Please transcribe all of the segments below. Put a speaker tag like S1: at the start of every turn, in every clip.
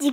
S1: 自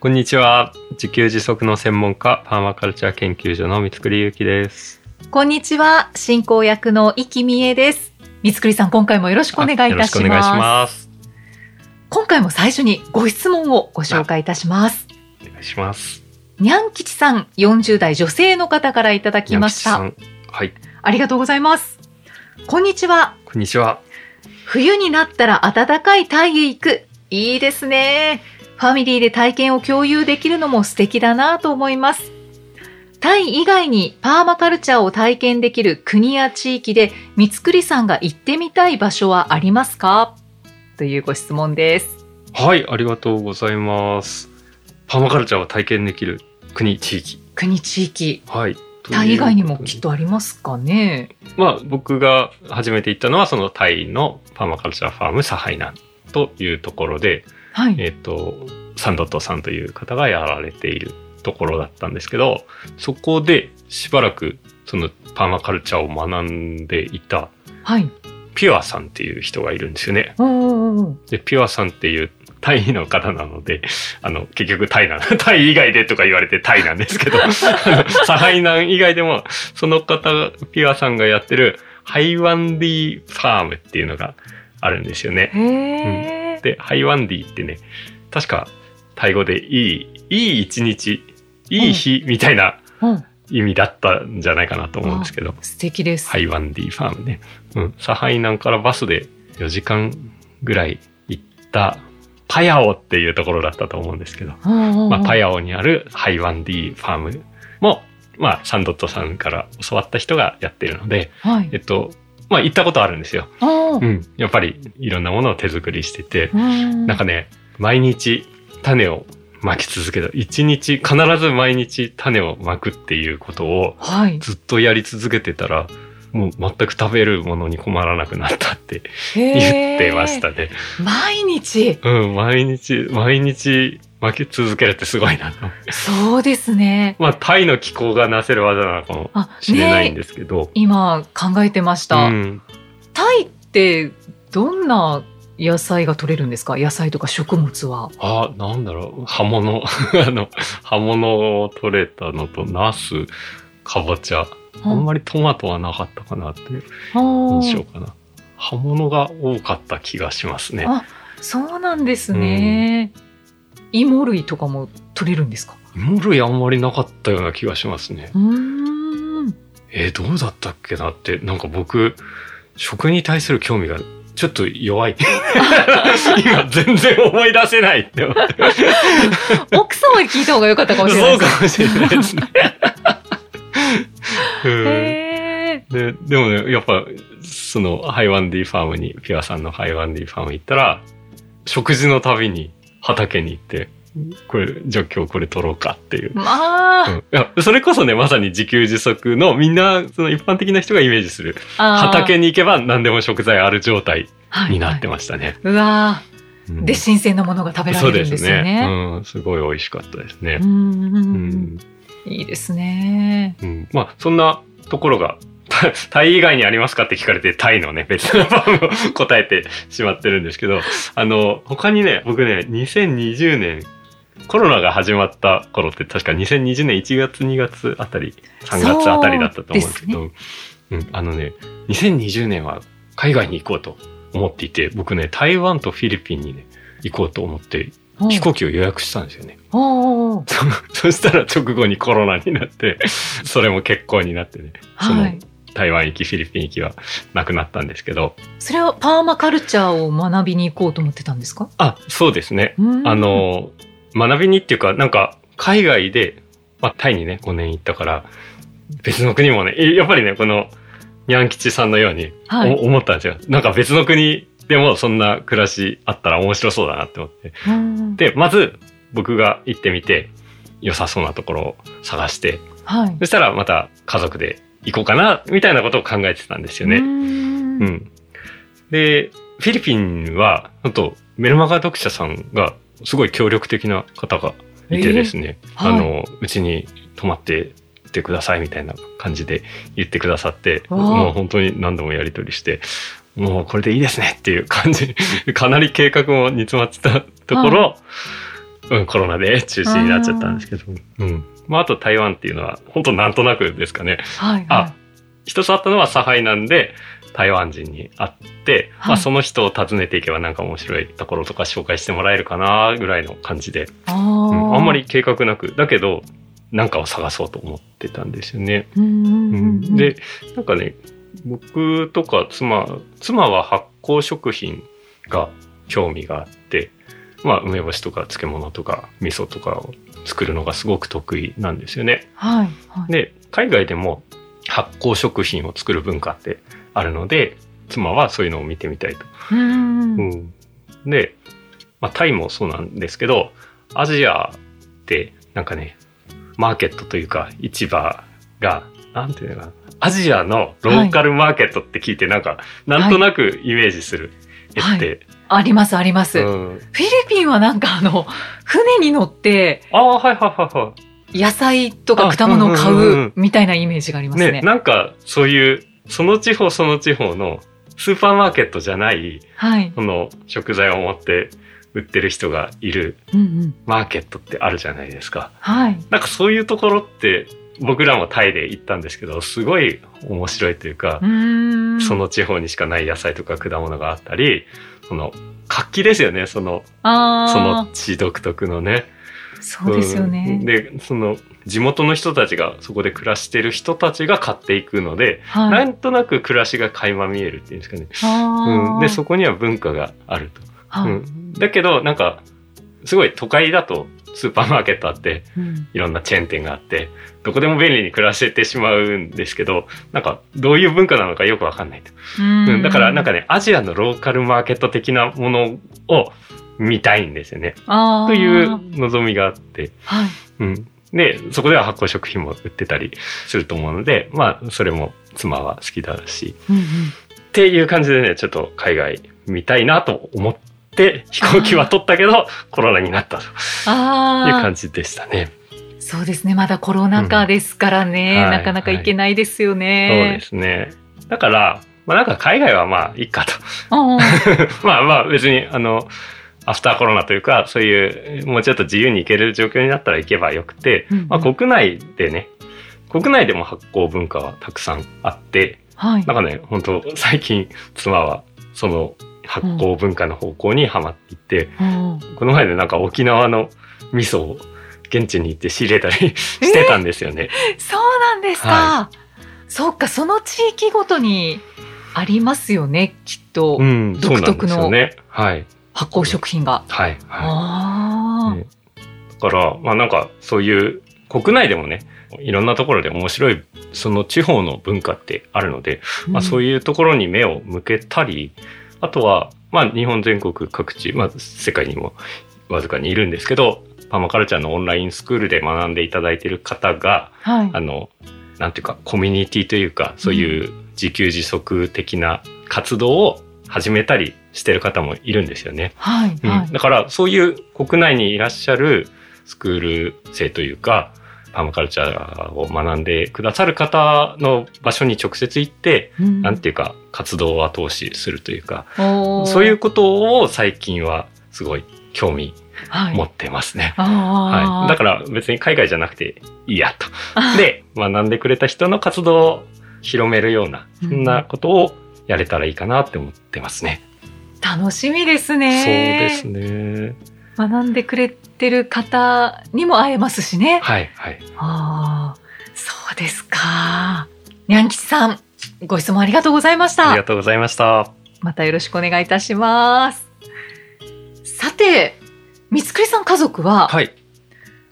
S2: こんにちは。自給自足の専門家、パーマカルチャー研究所の三つくりゆきです。
S3: こんにちは進行役の生きみえです三つくりさん今回もよろしくお願いいたし
S2: あよろしくお願いし
S3: ます
S2: ます。
S3: 今回も最初にご質問をご紹介いたします
S2: お願いします。
S3: にゃんきちさん40代女性の方からいただきまし
S2: 山
S3: た
S2: 口さんはい。
S3: ありがとうございますこんにちは
S2: こんにちは。
S3: 冬になったら暖かいタイへ行く。いいですね。ファミリーで体験を共有できるのも素敵だなと思います。タイ以外にパーマカルチャーを体験できる国や地域で三つくりさんが行ってみたい場所はありますかというご質問です。
S2: はい、ありがとうございます。パーマカルチャーを体験できる国、地域。
S3: 国地域。
S2: はい。
S3: タイ以外にも
S2: ということで
S3: きっとありますかね。
S2: まあ、僕が初めて行ったのは、そのタイのパーマカルチャーファームサハイナンというところで、
S3: はい。
S2: えっ、と、サンドットさんという方がやられているところだったんですけど、そこでしばらくそのパーマカルチャーを学んでいた
S3: はい。
S2: ピュアさんっていう人がいるんですよね。
S3: おーおーおー
S2: で、ピュアさんっていうタイの方なので、 あの、結局タイな、 タイ以外でとか言われてタイなんですけど、 あのサハイナン以外でも、その方、ピュアさんがやってるハイワンディファームっていうのがあるんですよね。
S3: へー。
S2: で、ハイワンディってね、確かタイ語でいい、いい一日、いい日みたいな
S3: うん。
S2: 意味だったんじゃないかなと思うんですけど、
S3: 素敵です。
S2: ハイワンディファームね。うん。サハイナンからバスで4時間ぐらい行った、パヤオっていうところだったと思うんですけど、
S3: おーおーおー
S2: まあ、パヤオにあるハイワンディファームも、まあ、サンドットさんから教わった人がやってるので、
S3: は
S2: え
S3: い。
S2: っと、まあ、行ったことあるんですよ。
S3: お
S2: う
S3: ー
S2: ん。やっぱり、いろんなものを手作りしてて、
S3: うん
S2: なんかね、毎日種をまき続けた。一日、必ず毎日種をまくっていうことを
S3: はい。
S2: ずっとやり続けてたら、もう全く食べるものに困らなくなったって言ってましたね。
S3: 毎日
S2: うん、毎日、毎日巻き続けるってすごいなと。
S3: そうですね
S2: まあ、タイの気候がなせる技なのかも
S3: あ
S2: しれないんですけど。
S3: 今考えてまし
S2: う
S3: た、
S2: ん、
S3: タイってどんな野菜が取れるんですか野菜とか食物は
S2: あ、なんだろう、葉物。 あの、葉物を取れたのと、ナス、かぼちゃ。あんまりトマトはなかったかなっていう
S3: うん
S2: 印象かな。刃物が多かった気がしますね
S3: あ。そうなんですね、芋類とかも取れるんですか
S2: 芋類あんまりなかったような気がしますね。
S3: うーん
S2: えーどうだったっけなって、なんか僕、食に対する興味がちょっと弱い。今全然思い出せないって思って。
S3: 奥様に聞いた方が良かったかもしれな
S2: そ
S3: いう
S2: かもしれないですね。うん
S3: へ
S2: で、でもね、やっぱ、その、ハイワンディファームに、ピュアさんのハイワンディファーム行ったら、食事のたびに畑に行って、これ、じゃあ今日これ取ろうかっていう
S3: ー。まあ,、
S2: うん、いやそれこそね、まさに自給自足の、みんな、その一般的な人がイメージする、
S3: あー
S2: 畑に行けば何でも食材ある状態になって
S3: は
S2: ましたね。
S3: いはいうわ
S2: うん
S3: ーで新鮮なものが食べら
S2: そう
S3: れる
S2: で
S3: んですすよ
S2: ね。
S3: ね
S2: うん、すごい美味しかったですね
S3: う。んうん
S2: う
S3: うん
S2: ん
S3: いいですね。
S2: うん、まあそんなところが タタイ以外にありますかって聞かれてタイのね別の番を答えてしまってるんですけどあの他にね僕ね2020年コロナが始まった頃って確か2020年1月2月あたり3月あたりだったと思うんですけどうん、あのね2020年は海外に行こうと思っていて僕ね台湾とフィリピンにね行こうと思って飛行機を予約したんですよね。
S3: おうおうおう
S2: そしたら直後にコロナになって、それも結婚になってね、その
S3: はい。
S2: 台湾行き、フィリピン行きはなくなったんですけど、
S3: それはパーマカルチャーを学びに行こうと思ってたんですか？
S2: あ、そうですね。
S3: うん
S2: あ、の、学びにっていうか、なんか、海外で、まあ、タイにね、5年行ったから、別の国もね、えやっぱりね、この、ニャン吉さんのように、
S3: はい
S2: お思ったんですよ。なんか別の国でもそんな暮らしあったら面白そうだなって思って。
S3: うん
S2: で、まず僕が行ってみて、良さそうなところを探して、
S3: はい。
S2: そしたらまた家族で行こうかな、みたいなことを考えてたんですよ
S3: うー
S2: ね。
S3: ん
S2: うん。で、フィリピンは、ほんと、メルマガ読者さんが、すごい協力的な方がいてですね、
S3: えはい
S2: あの、うちに泊まってってくださいみたいな感じで言ってくださって、
S3: わあ
S2: もう本当に何度もやり取りして、もうこれでいいですねっていう感じ、 かなり計画も煮詰まってたところ、うん、コロナで中止になっちゃったんですけど、うん。まあ、あと台湾っていうのは、本当なんとなくですかね、
S3: はい。
S2: あ一つあったのはサハイなんで台湾人に会って、
S3: はい
S2: まあ、その人を訪ねていけばなんか面白いところとか紹介してもらえるかなぐらいの感じで、
S3: あ
S2: う
S3: ー
S2: んあんまり。計画なくだけどなんかを探そうと思ってたんですよね。
S3: うんうん
S2: う
S3: うんうん
S2: ん、でなんかね僕とか妻妻は発酵食品が興味があって、まあ、梅干しとか漬物とか味噌とかを作るのがすごく得意なんですよね。
S3: はい。はい。
S2: で海外でも発酵食品を作る文化ってあるので妻はそういうのを見てみたいと。
S3: うーん
S2: で、まあ、タイもそうなんですけどアジアってなんかねマーケットというか市場がなんていうのかなアジアのローカルマーケットって聞いてなんか、なんとなくイメージする絵
S3: はい
S2: って、
S3: ありますあります。フ
S2: うん
S3: ィリピンはなんかあの、船に乗って
S2: ああはいはいはいはい。
S3: 野菜とか果物を買
S2: あうんうんうんう
S3: うんみたいなイメージがありますね。
S2: なんかそういうその地方その地方のスーパーマーケットじゃない
S3: はい。
S2: その食材を持って売ってる人がいる
S3: うんうん。
S2: マーケットってあるじゃないですか。
S3: はい。
S2: なんかそういうところって僕らもタイで行ったんですけど、すごい面白いというか
S3: う、ーん。
S2: その地方にしかない野菜とか果物があったり、その活気ですよね、その、
S3: あー
S2: その地独特のね。
S3: そうですよ
S2: ん
S3: ね。
S2: で、その地元の人たちが、そこで暮らしてる人たちが買っていくので、
S3: は。
S2: ないんとなく暮らしが垣間見えるっていうんですかね。
S3: あー
S2: うん、で、そこには文化があると。
S3: は
S2: う
S3: い
S2: ん、だけどなんかすごい都会だとスーパーマーケットあって
S3: うん
S2: いろんなチェーン店があってどこでも便利に暮らせてしまうんですけどなんかどういう文化なのかよくわかんないと、
S3: う
S2: うん、だからなんかねアジアのローカルマーケット的なものを見たいんですよね
S3: あー
S2: という望みがあって、
S3: はい。
S2: うん、でそこでは発酵食品も売ってたりすると思うのでまあそれも妻は好きだし
S3: うんうん
S2: っていう感じでね、ちょっと海外見たいなと思って、飛行機は取ったけど、コロナになったという
S3: ああ。
S2: 感じでしたね。
S3: そうですね。まだコロナ禍ですからね。
S2: うんはい
S3: なかなか行けないですよ
S2: そうで
S3: ね。
S2: すね。だから、まあなんか海外はまあいいかと。
S3: そうです。
S2: まあまあ別に、あの、アフターコロナというか、そういう、もうちょっと自由に行ける状況になったら行けばよくて、
S3: うんうん
S2: まあ国内でね、国内でも発酵文化はたくさんあって、
S3: はい
S2: な。んかね、本当最近妻はその発酵文化の方向にはまっていって、
S3: うん
S2: この前でなんか沖縄の味噌を現地に行って仕入れたり してたんですよね。
S3: そうなんですか。そっか、その地域ごとにありますよね、きっと。
S2: うん、そ
S3: 独
S2: うなん
S3: 特
S2: で
S3: の
S2: すよね。はい。
S3: 発酵食品が。
S2: はい。は
S3: ああ、
S2: ねい。だから、まあなんかそういう国内でもね、いろんなところで面白い、その地方の文化ってあるので、まあそう
S3: い
S2: いうところに目を向けたり、あとは、まあ日本全国各地、まあ世界にもわずかにいるんですけど、パーマカルチャーのオンラインスクールで学んでいただいている方が、
S3: うん。はい。
S2: あの、なんていうか、コミュニティというか、そういう自給自足的な活動を始めたりしてる方もいるんですよね。
S3: はい。
S2: うん
S3: はい。
S2: だから、そういう国内にいらっしゃるスクール生というか、パーマカルチャーを学んでくださる方の場所に直接行って、
S3: うん
S2: なんていうか、活動を後押しするというか、
S3: おー
S2: そういうことを最近はすごい興味
S3: はい。
S2: 持ってますね。
S3: あ
S2: はい。
S3: あ。
S2: だから別に海外じゃなくていいやと。
S3: ら
S2: で、学んでくれた人の活動を広めるような、
S3: うん
S2: そんなことをやれたらいいかなって思ってますね。
S3: 楽しみです
S2: そう
S3: ね。
S2: ですね。
S3: 学んでくれてる方にも会えますしね。
S2: はい、はい。
S3: ああ、そうですか。にゃんきちさん、ご質問ありがとうございまし
S2: ありが
S3: た。
S2: とうございました。
S3: またよろしくお願いいたします。さて、三つくりさん家族は、
S2: はい。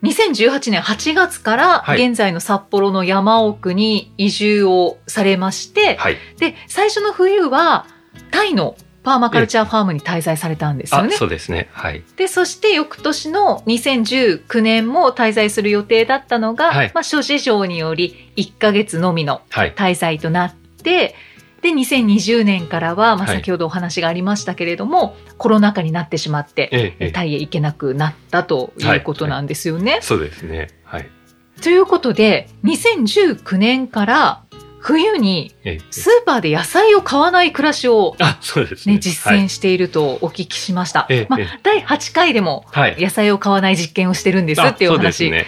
S3: 2018年8月から
S2: はい
S3: 現在の札幌の山奥に移住をされまして、
S2: はい。
S3: で、最初の冬は、タイのパーマカルチャーファームに滞在されたんですよ
S2: あ、
S3: ね。
S2: そうですね。はい。
S3: で、そして翌年の2019年も滞在する予定だったのが、
S2: はい
S3: まあ諸事情により1ヶ月のみの
S2: はい。
S3: 滞在となって、で、2020年からは、まあ、
S2: はい
S3: 先ほどお話がありましたけれども、コロナ禍になってしまって、
S2: えええ
S3: タイへ行けなくなったということなんですよね。
S2: え、そうですね。はい。
S3: ということで、2019年から冬に
S2: ええええ、
S3: スーパーで野菜を買わない暮らしを、
S2: あ、そうですね。
S3: ね、実践しているとお聞きしました。
S2: ええ
S3: まあ
S2: ええ、
S3: 第8回でも
S2: はい。はい。
S3: 野菜を買わない実験をしてるんです
S2: あ
S3: っていうお
S2: そうです
S3: 話
S2: ね。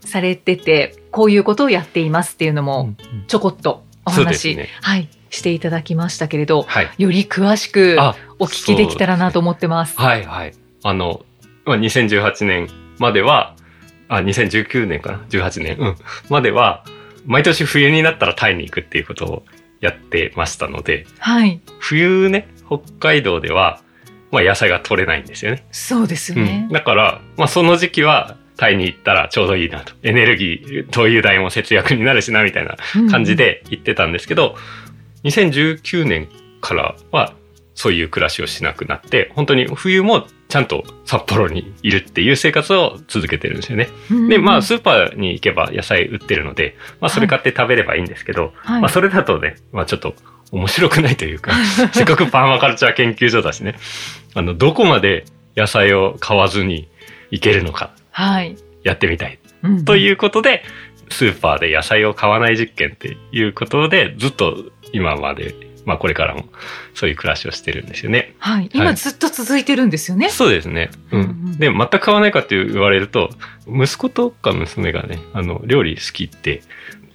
S3: されてて、こういうことをやっていますっていうの
S2: うんう
S3: も
S2: ん
S3: ちょこっとお
S2: そうです
S3: 話、
S2: ね
S3: はい、していただきましたけれど、
S2: はい。
S3: より詳しく
S2: あ、
S3: お聞きできたらなと思ってます。
S2: はいはい。あの、まあ2018年までは、あ、2019年かな ?18 年。うん。までは、毎年冬になったらタイに行くっていうことをやってましたので、
S3: はい。
S2: 冬ね、北海道では、まあ野菜が取れないんですよね。
S3: そうですよ
S2: うん。
S3: ね。
S2: だから、まあその時期は、タイに行ったらちょうどいいなと。エネルギー、灯油代も節約になるしな、みたいな感じで行ってたんですけど、2019年からはそういう暮らしをしなくなって、本当に冬もちゃんと札幌にいるっていう生活を続けてるんですよね。
S3: うん。うん
S2: で、まあ、スーパーに行けば野菜売ってるので、まあそれ買って食べればいいんですけど、
S3: はい
S2: まあそれだとね、まあちょっと面白くないという か、せっかくパーマカルチャー研究所だしね、あの、どこまで野菜を買わずに行けるのか
S3: はい。
S2: やってみたい
S3: うん
S2: ということで、スーパーで野菜を買わない実験っていうことで、ずっと今まで、まあこれからもそういう暮らしをしてるんですよね。
S3: はい。
S2: は
S3: 今
S2: い
S3: ずっと続いてるんですよね。
S2: そうですね。う
S3: うんうん
S2: ん。で、全く買わないかって言われると、息子とか娘がね、あの、料理好きって、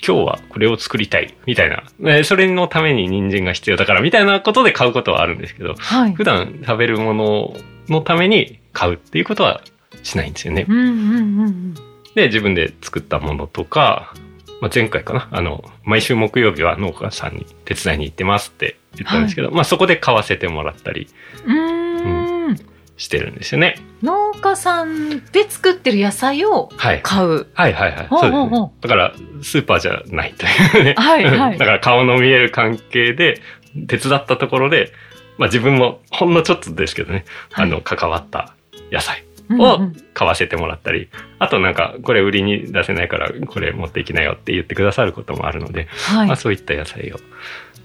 S2: 今日はこれを作りたい、みたいな。ねそれのために人参が必要だから、みたいなことで買うことはあるんですけど、
S3: はい。
S2: 普段食べるもののために買うっていうことはしないんですよね。
S3: うんうんうんうん。
S2: で、自分で作ったものとか、まあ、前回かな、あの、毎週木曜日は農家さんに手伝いに行ってますって言ったんですけど、まあそこで買わせてもらったり
S3: うーん。
S2: してるんですよね。
S3: 農家さんで作ってる野菜を
S2: はい。
S3: 買う。
S2: はいはいはい。
S3: ほう
S2: そうで
S3: ほう
S2: す
S3: ほ
S2: ね。だから、スーパーじゃないというね。
S3: はいはい
S2: だから顔の見える関係で、手伝ったところで、まあ自分もほんのちょっとですけどね、
S3: はい
S2: あの、関わった野菜
S3: うん
S2: を
S3: うん
S2: 買わせてもらったり、あとなんか、これ売りに出せないから、これ持っていきなよって言ってくださることもあるので、
S3: はい
S2: まあ、そういった野菜を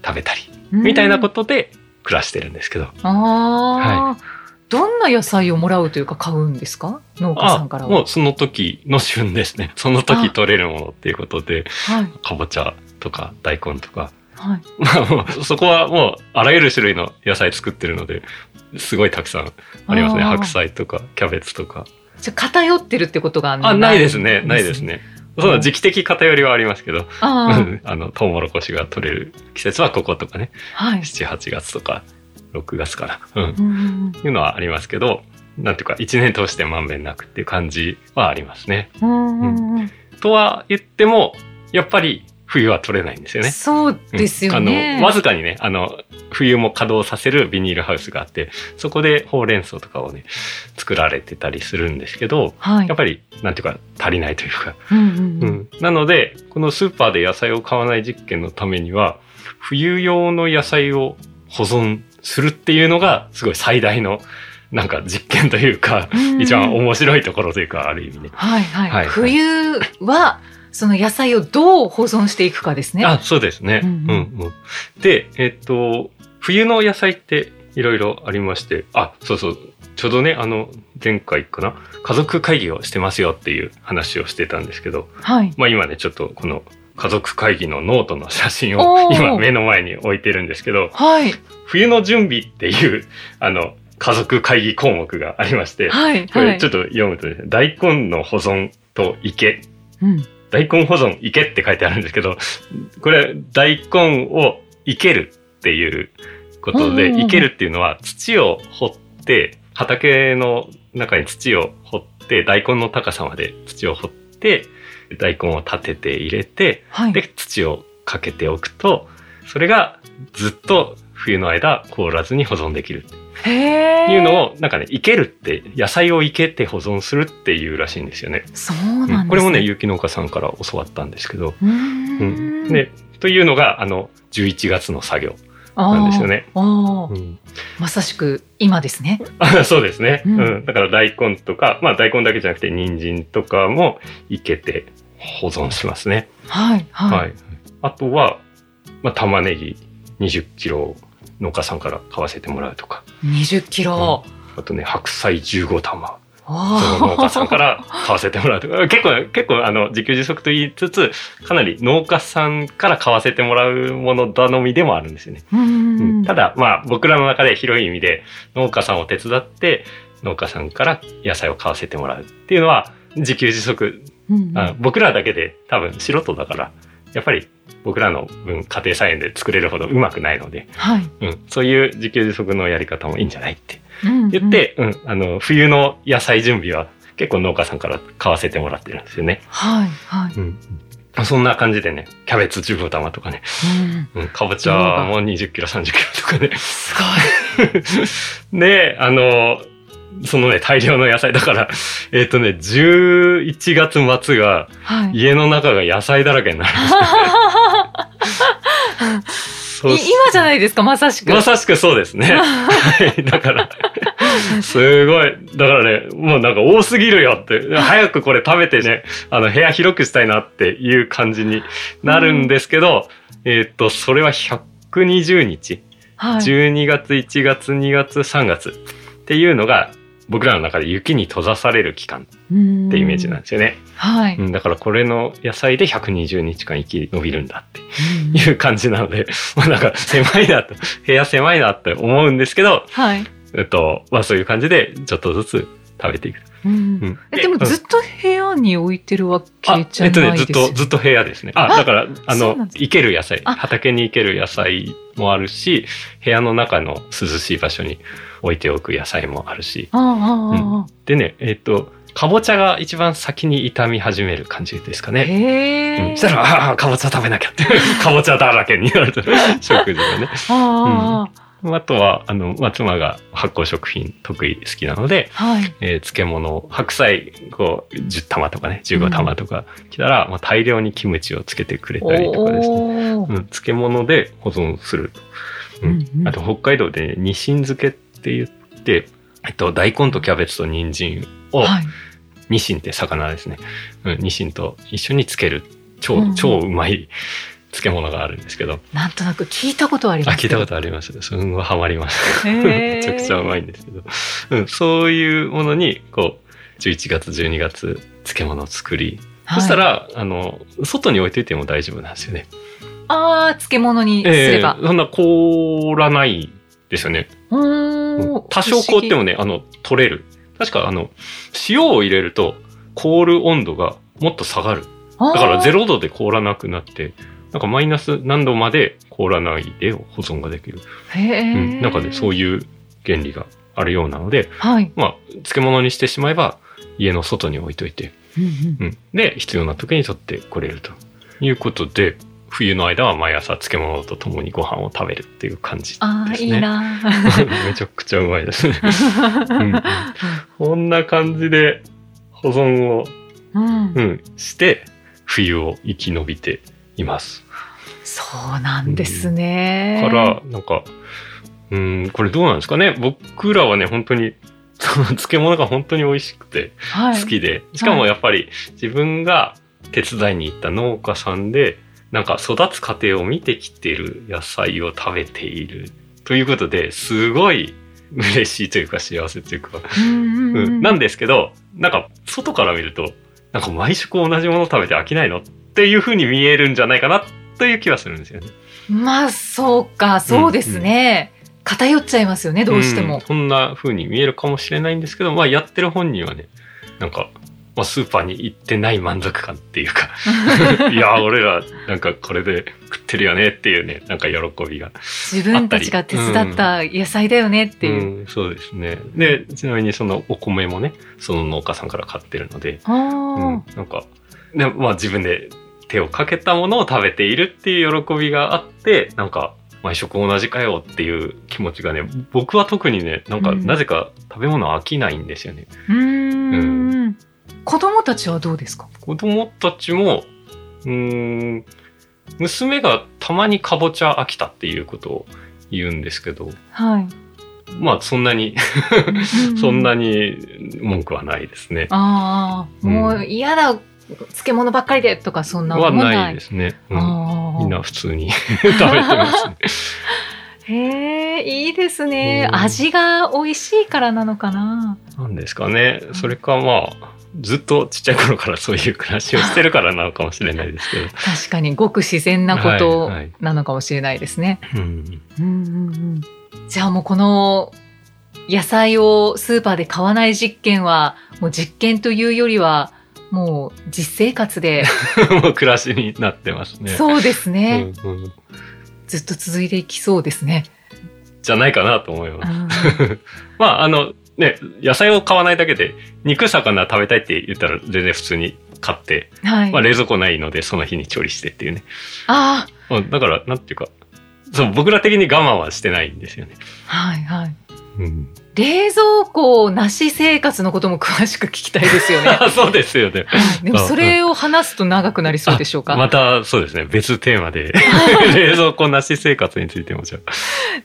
S2: 食べたり、みたいなことで暮らしてるんですけど。
S3: と。ああ。どんな野菜をもらうというか買うんですか農家さんからは。
S2: もうその時の旬ですね。その時取れるものっていうことで、
S3: はい。
S2: かぼちゃとか大根とか、
S3: はい。
S2: まあもうそこはもうあらゆる種類の野菜作ってるので、すごいたくさんありますね。
S3: あー
S2: 白菜とかキャベツとか。
S3: じゃあ偏ってるってことがない
S2: あ、ないですね。ないです。ね。その時期的偏りはありますけど、
S3: あ ー
S2: あの、トウモロコシが取れる季節はこことかね、
S3: はい。
S2: 7、8月とか6月かな。うん
S3: う。んうん
S2: いうのはありますけど、なんていうか、一年通してまんべんなくっていう感じはありますね。
S3: うんうんうん
S2: とは言っても、やっぱり冬は取れないんですよね。
S3: そう
S2: うん
S3: ですよね。
S2: あの、わずかにね、あの、冬も稼働させるビニールハウスがあって、そこでほうれん草とかをね、作られてたりするんですけど、
S3: はい
S2: やっ。ぱり、なんていうか、足りないというか。
S3: うんうん
S2: う
S3: うん
S2: ん。なので、このスーパーで野菜を買わない実験のためには、冬用の野菜を保存するっていうのが、すごい最大の、なんか実験というか、一番面白いところというか、ある意味ね。
S3: はいはい。
S2: はいはい
S3: 冬は、その野菜をどう保存していくかですね。
S2: あ、そうですね。
S3: う
S2: うんん、
S3: う
S2: うんん、で、えっと、冬の野菜っていろいろありまして、あ、そうそう、ちょうどね、あの、前回かな、家族会議をしてますよっていう話をしてたんですけど、
S3: はい。
S2: まあ今ね、ちょっとこの家族会議のノートの写真
S3: お
S2: を
S3: ー
S2: 今目の前に置いてるんですけど、
S3: はい。
S2: 冬の準備っていう、あの、家族会議項目がありまして、
S3: はい。
S2: こ
S3: は
S2: れ
S3: い
S2: ちょ。っと読むとですね、大根の保存と池
S3: うん
S2: 大根保存いけって書いてあるんですけど、これ、大根をいけるっていうこと
S3: うんうんうん
S2: で、いけるっていうのは土を掘って、畑の中に土を掘って、大根の高さまで土を掘って、大根を立てて入れて、
S3: はい。
S2: で、土をかけておくと、それがずっと冬の間凍らずに保存できるって
S3: へー
S2: いうのを、なんかね、いけるって、野菜をいけて保存するっていうらしいんですよね。
S3: そうなんです、ね
S2: うんこれもね、、有機農家さんから教わったんですけど、
S3: うー。
S2: うんん、でというのがあの11月の作業なんですよね。
S3: あーあー
S2: うん
S3: まさしく今ですね。
S2: あ そうですね、
S3: う
S2: うんんだから大根とか、まあ大根だけじゃなくて人参とかもいけて保存しますね。
S3: はいはい。
S2: はい。あとは、まあ玉ねぎ20キロ農家さんから買わせてもらうとか、
S3: 20キロ。
S2: あとね、白菜15玉、そ
S3: あ
S2: の農家さん から買わせてもらうとか、結構、結構あの、自給自足と言いつつ、かなり農家さんから買わせてもらうもの頼みでもあるんですよね。
S3: ー。うんうんうん
S2: ただ、まあ、僕らの中で広い意味で、農家さんを手伝って、農家さんから野菜を買わせてもらうっていうのは、自給自足、
S3: うんうん
S2: あの僕らだけで多分素人だから、やっぱり僕らの分、家庭菜園で作れるほどうまくないので、
S3: はい。
S2: うん、そういう自給自足のやり方もいいんじゃないって
S3: うんうん
S2: 言っ。て、うん、あの、冬の野菜準備は結構農家さんから買わせてもらってるんですよね。
S3: はいはい。
S2: うん。そんな感じでね、キャベツ15玉とかね、
S3: うん
S2: うん、かぼちゃも20キロ、30キロとかね、
S3: すご
S2: で、あの、そのね、大量の野菜、だから、 えっ、とね、11月末が、
S3: い。はい。
S2: 家の中が野菜だらけになる。そう
S3: い今じゃないですか、まさしく。
S2: まさしくそうですね。はい。だから、すごい。だからね、もうなんか多すぎるよって、早くこれ食べてね、あの、部屋広くしたいなっていう感じになるんですけど、えっ、と、それは120日。
S3: はい。
S2: 12月、1月、2月、3月っていうのが、僕らの中で雪に閉ざされる期間
S3: うん
S2: ってイメージなんですよね。
S3: はい。
S2: うん、だからこれの野菜で120日間生き延びるんだっていう感じなので、 まあなんか狭いなと、部屋狭いなって思うんですけど、
S3: はい。
S2: えっと、まあそういう感じでちょっとずつ食べていく。
S3: うん
S2: うん
S3: えでも
S2: うん
S3: ずっと部屋に置いてるわ
S2: あ
S3: けじゃないです
S2: えっとね、ずっと、ずっと部屋ですね。あ、
S3: あ
S2: だから、あ
S3: そう
S2: の
S3: なん、です
S2: 生ける野菜、
S3: あ
S2: 畑に生ける野菜もあるし、部屋の中の涼しい場所に置いておく野菜もあるし、
S3: あああ
S2: でね、えっ、と、かぼちゃが一番先に傷み始める感じですか
S3: あ
S2: ね。
S3: へえ
S2: うん、したら、ああ、かぼちゃ食べなきゃって、かぼちゃだらけになると、食事がね。
S3: ああ
S2: あとは、あの、まあ、妻が発酵食品得意、好きなので、
S3: はい
S2: えー漬物を、白菜、こう、10玉とかね、15玉とか来たら、まあ、大量にキムチをつけてくれたりとかですね。
S3: お
S2: う
S3: ー
S2: ん、漬物で保存すると。
S3: う
S2: う
S3: ん
S2: ん
S3: うん
S2: あと北海道でニシン漬けって言って、えっと、大根とキャベツと人参を、
S3: はい
S2: ニシンって魚ですね。うん、ニシンと一緒に漬ける超、
S3: うん
S2: 超うまい漬物があるんですけど。
S3: なんとなく聞いたことあり
S2: あ、
S3: ます
S2: 聞いたこととあります。すんごいハマります。
S3: め
S2: めちゃくちゃうまいんですけど。うん、そういうものに、こう、11月、12月、漬物を作り、そしたら、あの、外に置いといても大丈夫なんですよね。
S3: ああ漬物にす
S2: え
S3: れ
S2: え
S3: ば
S2: そんな凍らないですよね。
S3: うーん
S2: 多少凍っても
S3: ね
S2: ね、あの、取れる。確か、あの、塩を入れると、凍る温度がもっと下がる。だから0度で凍らなくなって、なんかマイナス何度まで凍らないで保存ができる。
S3: へ
S2: う
S3: え
S2: ん。なんかね、そう
S3: いう
S2: いう原理があるようなので、
S3: はい
S2: まあ、漬物にしてしまえば、家の外に置いといて、
S3: うんうん
S2: うん。で、必要な時に取ってこれるということで、冬の間は毎朝漬物と共にご飯を食べるっていう感 じですね。
S3: ああいいな
S2: めちゃくちゃうまいですね。 うんこんな感じで保存を、
S3: うん
S2: うん、して、冬を生き延びています。
S3: そうなんですね
S2: から、なんか、うーん、これどうなんですかね。僕らはね、本当に、その漬物が本当に美味しくて
S3: はい
S2: 好きで、しかもやっぱり自分が手伝いに行った農家さんで、なんか育つ過程を見てきている野菜を食べているということですごい嬉しいというか幸せというか、
S3: うんうん
S2: う
S3: うん
S2: ん、なんですけど、なんか外から見ると、なんか毎食同じもの食べて飽きないのっていう風に見えるんじゃないかなという気はするんですよね。
S3: まあそうかそうですね、偏っちゃいますよねどうして
S2: ん
S3: も、
S2: そんな風に見えるかもしれないんですけど、まあやってる本人はね、なんか、まあスーパーに行ってない満足感ってい うか、 いやー、俺らなんかこれで食ってるよねっていうね、なんか喜びが。
S3: 自分たちが手伝った野菜だよねっていう、
S2: うんそうですね。で、ちなみにそのお米もね、その農家さんから買ってるので、
S3: あ
S2: う
S3: ー
S2: ん、なんか、でまあ自分で手をかけたものを食べているっていう喜びがあって、なんか、毎食同じかよっていう気持ちがね、僕は特にね、なんか、
S3: うん
S2: なぜか食べ物飽きないんですよね。
S3: うーん子供たちはどうですか
S2: 子供たちも、うーん、娘がたまにかぼちゃ飽きたっていうことを言うんですけど、
S3: はい。
S2: まあそんなに、 そんなに文句はないですね。
S3: ああ、
S2: うん
S3: もう嫌だ、漬物ばっかりでとかそんな
S2: は
S3: もん
S2: ないですね。うん
S3: ああ
S2: みんな普通に 食べてますね。
S3: へえ、いいですね。
S2: うん
S3: 味が美味しいからなのかな。
S2: なんですかね。それかまあ、ずっとちっちゃい頃からそういう暮らしをしてるからなのかもしれないですけど。
S3: 確かにごく自然なこと
S2: はいはい
S3: なのかもしれないですね。
S2: うん
S3: うんうんうん。じゃあもうこの野菜をスーパーで買わない実験は、もう実験というよりは、もう実生活で、
S2: もう暮らしになってますね。
S3: そうですね、
S2: うんうん
S3: ずっと続いていきそうですね。
S2: じゃないかなと思います。
S3: うん
S2: まあ、あの、ね、野菜を買わないだけで、肉、魚食べたいって言ったら全然普通に買って、
S3: はい。
S2: まあ冷蔵庫ないのでその日に調理してっていうね。
S3: あ
S2: まあだから、なんていうか、そう、僕ら的に我慢はしてないんですよね。
S3: あ、はいはい。
S2: うん。
S3: 冷蔵庫なし生活のことも詳しく聞きたいですよ ね。
S2: そうですよね。
S3: でもそれを話すと長くなりそうでしょうか。
S2: また、そうですね。別テー マで、冷蔵庫なし生活についてもじゃあ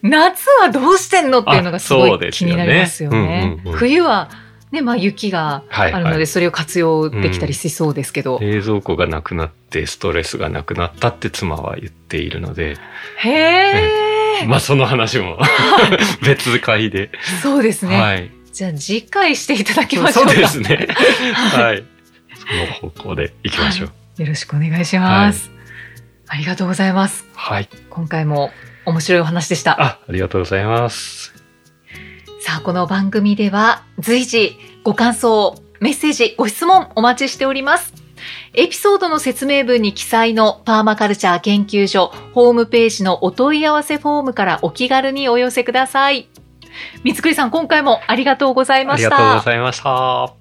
S3: 夏はどうしてんのっていうのがすご
S2: あそう
S3: い
S2: です
S3: 気
S2: よね
S3: になりますよね。
S2: うんうんうん
S3: 冬はね、まあ雪があ
S2: はい
S3: るの
S2: は
S3: で
S2: い
S3: それを活用できたりしそうですけど。
S2: 冷蔵庫がなくなって、ストレスがなくなったって妻は言っているので、
S3: へえ、
S2: まあその話も 別回で。
S3: そうですね。
S2: はい。
S3: じゃあ次回していただきましょ
S2: そうう
S3: か。
S2: です ね。はい。その方向で行きましょう。
S3: よろしくお願いします。ありがとうございます。
S2: はい。
S3: 今回も面白いお話でした。
S2: あ、ありがとうございます。
S3: さあ、この番組では随時ご感想、メッセージ、ご質問お待ちしております。エピソードの説明文に記載のパーマカルチャー研究所ホームページのお問い合わせフォームからお気軽にお寄せください。三つくりさん、今回もありがとうござい
S2: あ
S3: ま
S2: り
S3: し
S2: が
S3: た。
S2: とうございました。